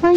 欢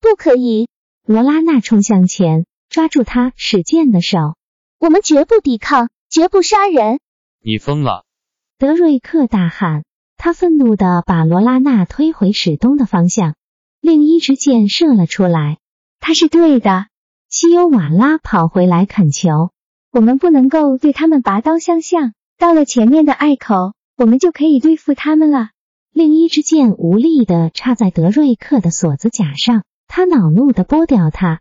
不可以！罗拉娜冲向前，抓住他使剑的手。我们绝不抵抗，绝不杀人！你疯了！德瑞克大喊，他愤怒地把罗拉娜推回史东的方向，另一支箭射了出来。他是对的。西欧瓦拉跑回来恳求，我们不能够对他们拔刀相向。到了前面的隘口，我们就可以对付他们了。另一支箭无力地插在德瑞克的锁子甲上。他恼怒的拨掉他，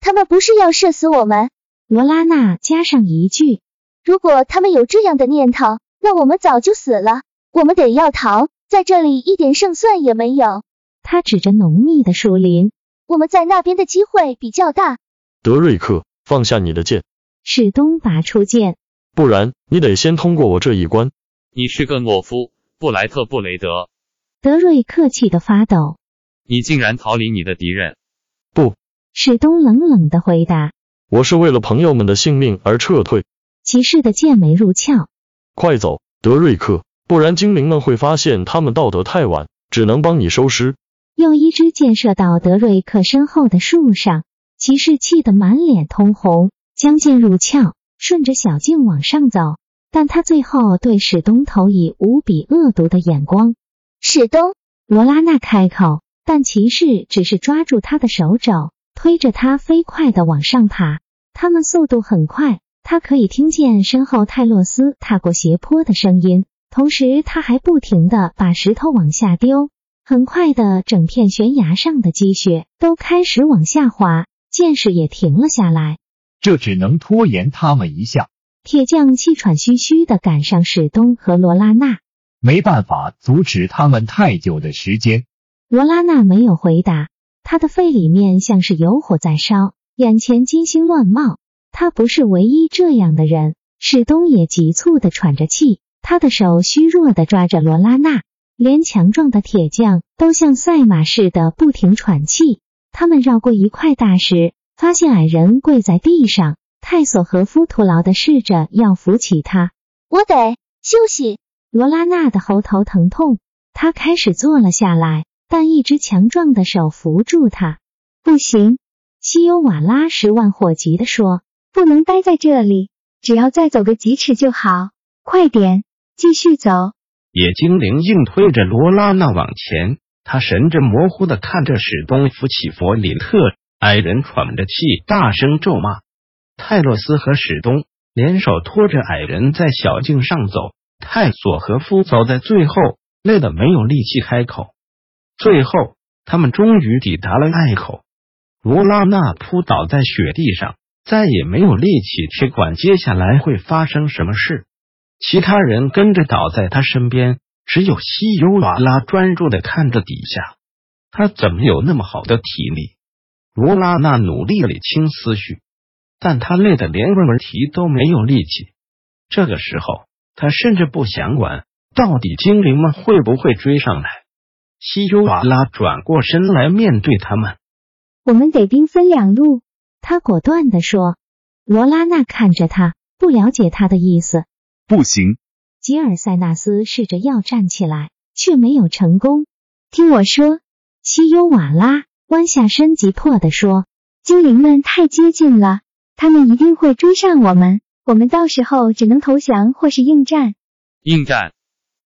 他们不是要射死我们。罗拉娜加上一句：“如果他们有这样的念头，那我们早就死了。我们得要逃，在这里一点胜算也没有。”他指着浓密的树林：“我们在那边的机会比较大。”德瑞克，放下你的剑。史东拔出剑，不然你得先通过我这一关。你是个懦夫，布莱特·布雷德。德瑞克气得发抖。你竟然逃离你的敌人！不，史东冷冷的回答：“我是为了朋友们的性命而撤退。”骑士的剑没入鞘。快走，德瑞克，不然精灵们会发现他们到得太晚，只能帮你收尸。又一支箭射到德瑞克身后的树上，骑士气得满脸通红，将剑入鞘，顺着小径往上走。但他最后对史东投以无比恶毒的眼光。史东，罗拉娜开口。但骑士只是抓住他的手肘，推着他飞快的往上爬。他们速度很快，他可以听见身后泰洛斯踏过斜坡的声音，同时他还不停的把石头往下丢。很快的，整片悬崖上的积雪都开始往下滑，剑士也停了下来。这只能拖延他们一下。铁匠气喘吁吁的赶上史东和罗拉娜，没办法阻止他们太久的时间。罗拉娜没有回答，她的肺里面像是有火在烧，眼前金星乱冒。她不是唯一这样的人。史东也急促的喘着气，他的手虚弱的抓着罗拉娜，连强壮的铁匠都像赛马似的不停喘气。他们绕过一块大石，发现矮人跪在地上，泰索和夫徒劳的试着要扶起他。我得休息。罗拉娜的喉头疼痛，她开始坐了下来。但一只强壮的手扶住他，不行！西欧瓦拉十万火急地说：“不能待在这里，只要再走个几尺就好，快点，继续走！”野精灵硬推着罗拉娜往前，他神志模糊的看着史东扶起弗里特，矮人喘着气大声咒骂。泰洛斯和史东联手拖着矮人在小径上走，泰索和夫走在最后，累得没有力气开口。最后，他们终于抵达了隘口。罗拉娜扑倒在雪地上，再也没有力气去管接下来会发生什么事。其他人跟着倒在他身边，只有西尤瓦拉专注的看着底下。他怎么有那么好的体力？罗拉娜努力理清思绪，但他累得连问问题都没有力气。这个时候，他甚至不想管到底精灵们会不会追上来。西尤瓦拉转过身来面对他们，我们得兵分两路。他果断地说。罗拉娜看着他，不了解他的意思。不行！吉尔塞纳斯试着要站起来，却没有成功。听我说，西尤瓦拉弯下身，急迫地说：“精灵们太接近了，他们一定会追上我们。我们到时候只能投降或是应战。”应战！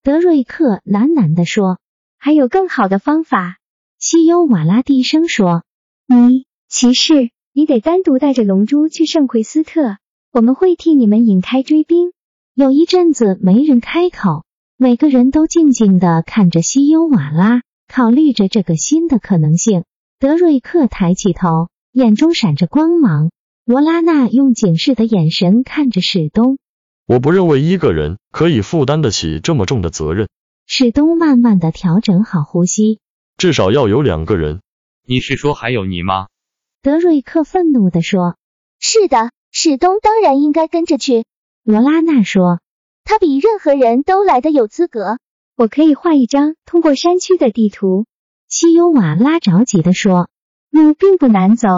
德瑞克喃喃地说。还有更好的方法，西优瓦拉低声说：“你骑士，你得单独带着龙珠去圣奎斯特，我们会替你们引开追兵。”有一阵子没人开口，每个人都静静的看着西优瓦拉，考虑着这个新的可能性。德瑞克抬起头，眼中闪着光芒。罗拉娜用警示的眼神看着史东：“我不认为一个人可以负担得起这么重的责任。”史东慢慢的调整好呼吸，至少要有两个人。你是说还有你吗？德瑞克愤怒地说。是的，史东当然应该跟着去，罗拉娜说。他比任何人都来的有资格。我可以画一张通过山区的地图。西尤瓦拉着急地说。路并不难走，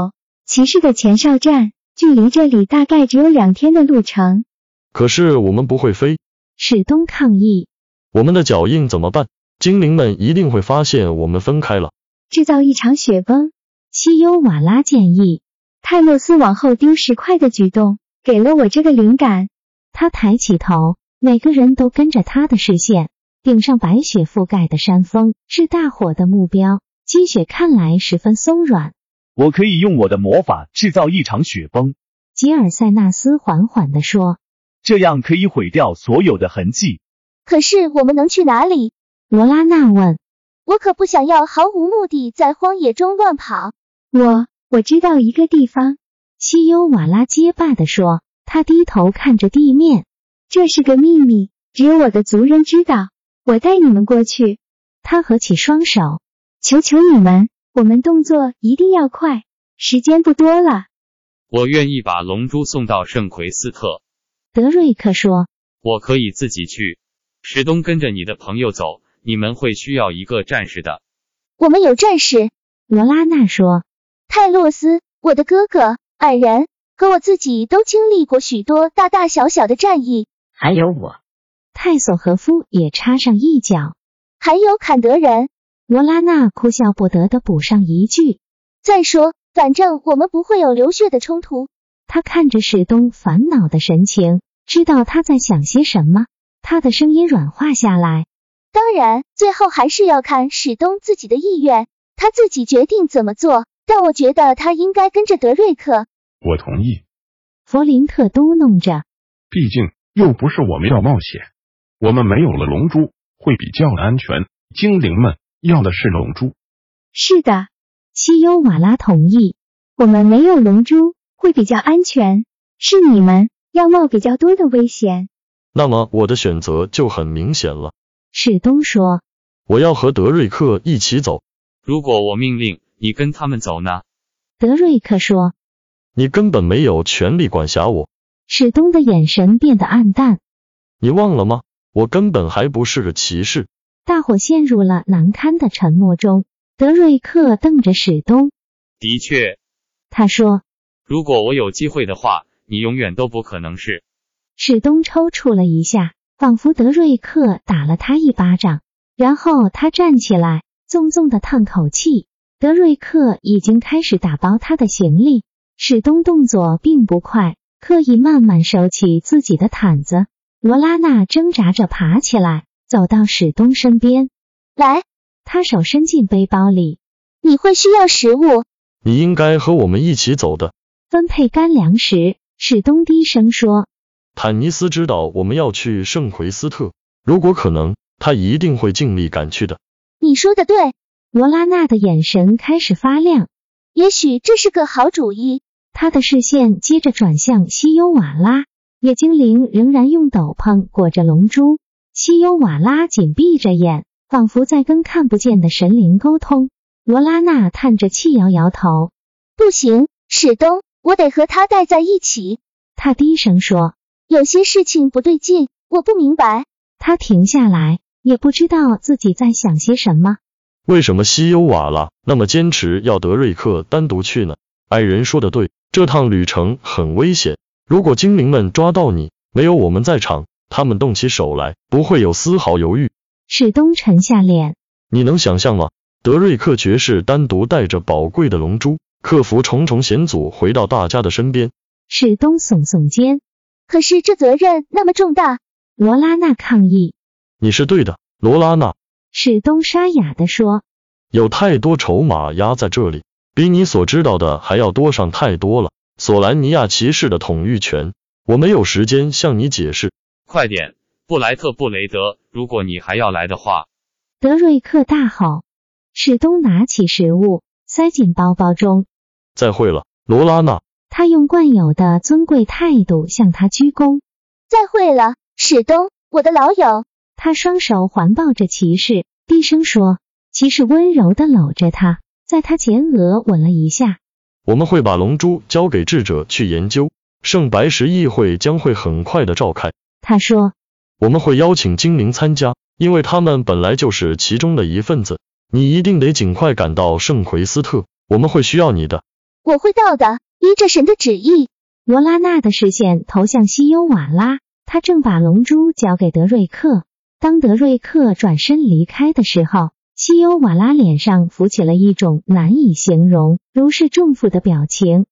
骑士的前哨站距离这里大概只有两天的路程。可是我们不会飞，史东抗议。我们的脚印怎么办？精灵们一定会发现我们分开了。制造一场雪崩，西尤瓦拉建议。泰勒斯往后丢石块的举动给了我这个灵感。他抬起头，每个人都跟着他的视线。顶上白雪覆盖的山峰是大火的目标，积雪看来十分松软。我可以用我的魔法制造一场雪崩，吉尔塞纳斯缓缓地说。这样可以毁掉所有的痕迹。可是我们能去哪里？罗拉娜问。我可不想要毫无目的在荒野中乱跑。我我知道一个地方，西优瓦拉结巴地说。他低头看着地面，这是个秘密，只有我的族人知道。我带你们过去。他合起双手，求求你们，我们动作一定要快，时间不多了。我愿意把龙珠送到圣奎斯特。德瑞克说。我可以自己去。史东跟着你的朋友走，你们会需要一个战士的。我们有战士，罗拉娜说。泰洛斯，我的哥哥，矮人和我自己都经历过许多大大小小的战役，还有我。泰索和夫也插上一脚。还有坎德人。罗拉娜哭笑不得的补上一句。再说，反正我们不会有流血的冲突。他看着史东烦恼的神情，知道他在想些什么。他的声音软化下来。当然，最后还是要看史东自己的意愿，他自己决定怎么做。但我觉得他应该跟着德瑞克。我同意。弗林特嘟囔着。毕竟又不是我们要冒险，我们没有了龙珠会比较安全。精灵们要的是龙珠。是的，西优瓦拉同意。我们没有龙珠会比较安全，是你们要冒比较多的危险。那么我的选择就很明显了。史东说：“我要和德瑞克一起走。如果我命令你跟他们走呢？”德瑞克说：“你根本没有权利管辖我。”史东的眼神变得暗淡。你忘了吗？我根本还不是个骑士。大伙陷入了难堪的沉默中。德瑞克瞪着史东。的确，他说：“如果我有机会的话，你永远都不可能是。”史东抽搐了一下，仿佛德瑞克打了他一巴掌。然后他站起来，重重的叹口气。德瑞克已经开始打包他的行李。史东动作并不快，刻意慢慢收起自己的毯子。罗拉娜挣扎着爬起来，走到史东身边。来，他手伸进背包里。你会需要食物。你应该和我们一起走的。分配干粮时，史东低声说。坦尼斯知道我们要去圣奎斯特，如果可能，他一定会尽力赶去的。你说的对，罗拉娜的眼神开始发亮。也许这是个好主意。他的视线接着转向西优瓦拉，野精灵仍然用斗篷裹着龙珠。西优瓦拉紧闭着眼，仿佛在跟看不见的神灵沟通。罗拉娜叹着气，摇摇头：“不行，史东，我得和他待在一起。”他低声说。有些事情不对劲，我不明白。他停下来，也不知道自己在想些什么。为什么西优瓦拉那么坚持要德瑞克单独去呢？矮人说的对，这趟旅程很危险。如果精灵们抓到你，没有我们在场，他们动起手来不会有丝毫犹豫。史东沉下脸，你能想象吗？德瑞克爵士单独带着宝贵的龙珠，克服重重险阻，回到大家的身边。史东耸耸肩。可是这责任那么重大，罗拉娜抗议。你是对的，罗拉娜。史东沙哑地说：“有太多筹码压在这里，比你所知道的还要多上太多了。索兰尼亚骑士的统御权，我没有时间向你解释。快点，布莱特布雷德，如果你还要来的话！”德瑞克大吼。史东拿起食物塞进包包中。再会了，罗拉娜。他用惯有的尊贵态度向他鞠躬。再会了，史东，我的老友。他双手环抱着骑士，低声说：“骑士温柔的搂着他，在他前额吻了一下。我们会把龙珠交给智者去研究，圣白石议会将会很快的召开。他说我们会邀请精灵参加，因为他们本来就是其中的一份子。你一定得尽快赶到圣奎斯特，我们会需要你的。我会到的，依着神的旨意。罗拉娜的视线投向西优瓦拉，他正把龙珠交给德瑞克。当德瑞克转身离开的时候，西优瓦拉脸上浮起了一种难以形容、如释重负的表情。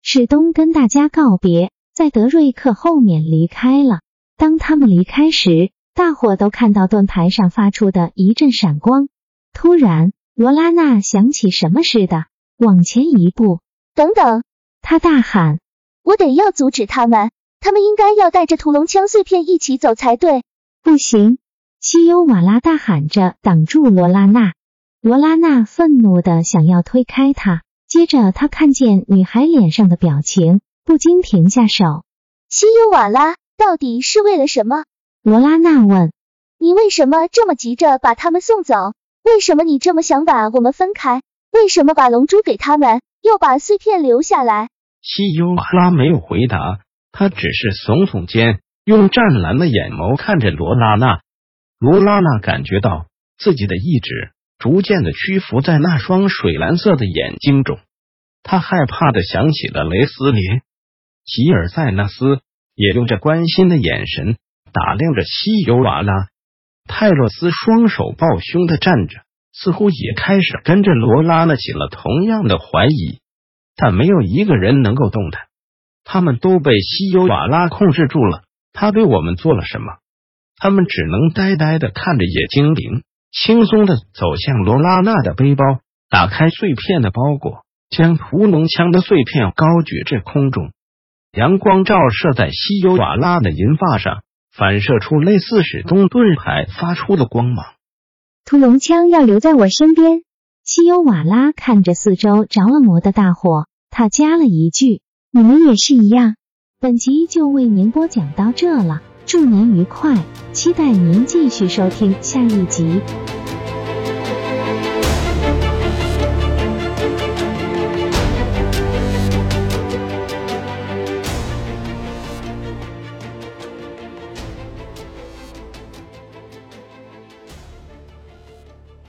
史东跟大家告别，在德瑞克后面离开了。当他们离开时，大伙都看到盾牌上发出的一阵闪光。突然，罗拉娜想起什么似的，往前一步，等等，她大喊。我得要阻止他们，他们应该要带着屠龙枪碎片一起走才对。不行，西优瓦拉大喊着挡住罗拉娜，罗拉娜愤怒的想要推开他，接着她看见女孩脸上的表情，不禁停下手。西优瓦拉，到底是为了什么？罗拉娜问。你为什么这么急着把他们送走？为什么你这么想把我们分开？为什么把龙珠给他们，又把碎片留下来？西优瓦拉没有回答，他只是耸耸肩，用湛蓝的眼眸看着罗拉娜。罗拉娜感觉到自己的意志逐渐的屈服在那双水蓝色的眼睛中，她害怕的想起了雷斯林。吉尔塞纳斯也用着关心的眼神打量着西尤瓦拉。泰洛斯双手抱胸的站着，似乎也开始跟着罗拉娜起了同样的怀疑。但没有一个人能够动弹，他们都被西尤瓦拉控制住了。他对我们做了什么？他们只能呆呆的看着野精灵，轻松的走向罗拉娜的背包，打开碎片的包裹，将屠龙枪的碎片高举至空中。阳光照射在西尤瓦拉的银发上，反射出类似史东盾牌发出的光芒。屠龙枪要留在我身边。西优瓦拉看着四周着了魔的大火，他加了一句你们也是一样。：“本集就为您播讲到这了，祝您愉快，期待您继续收听下一集。”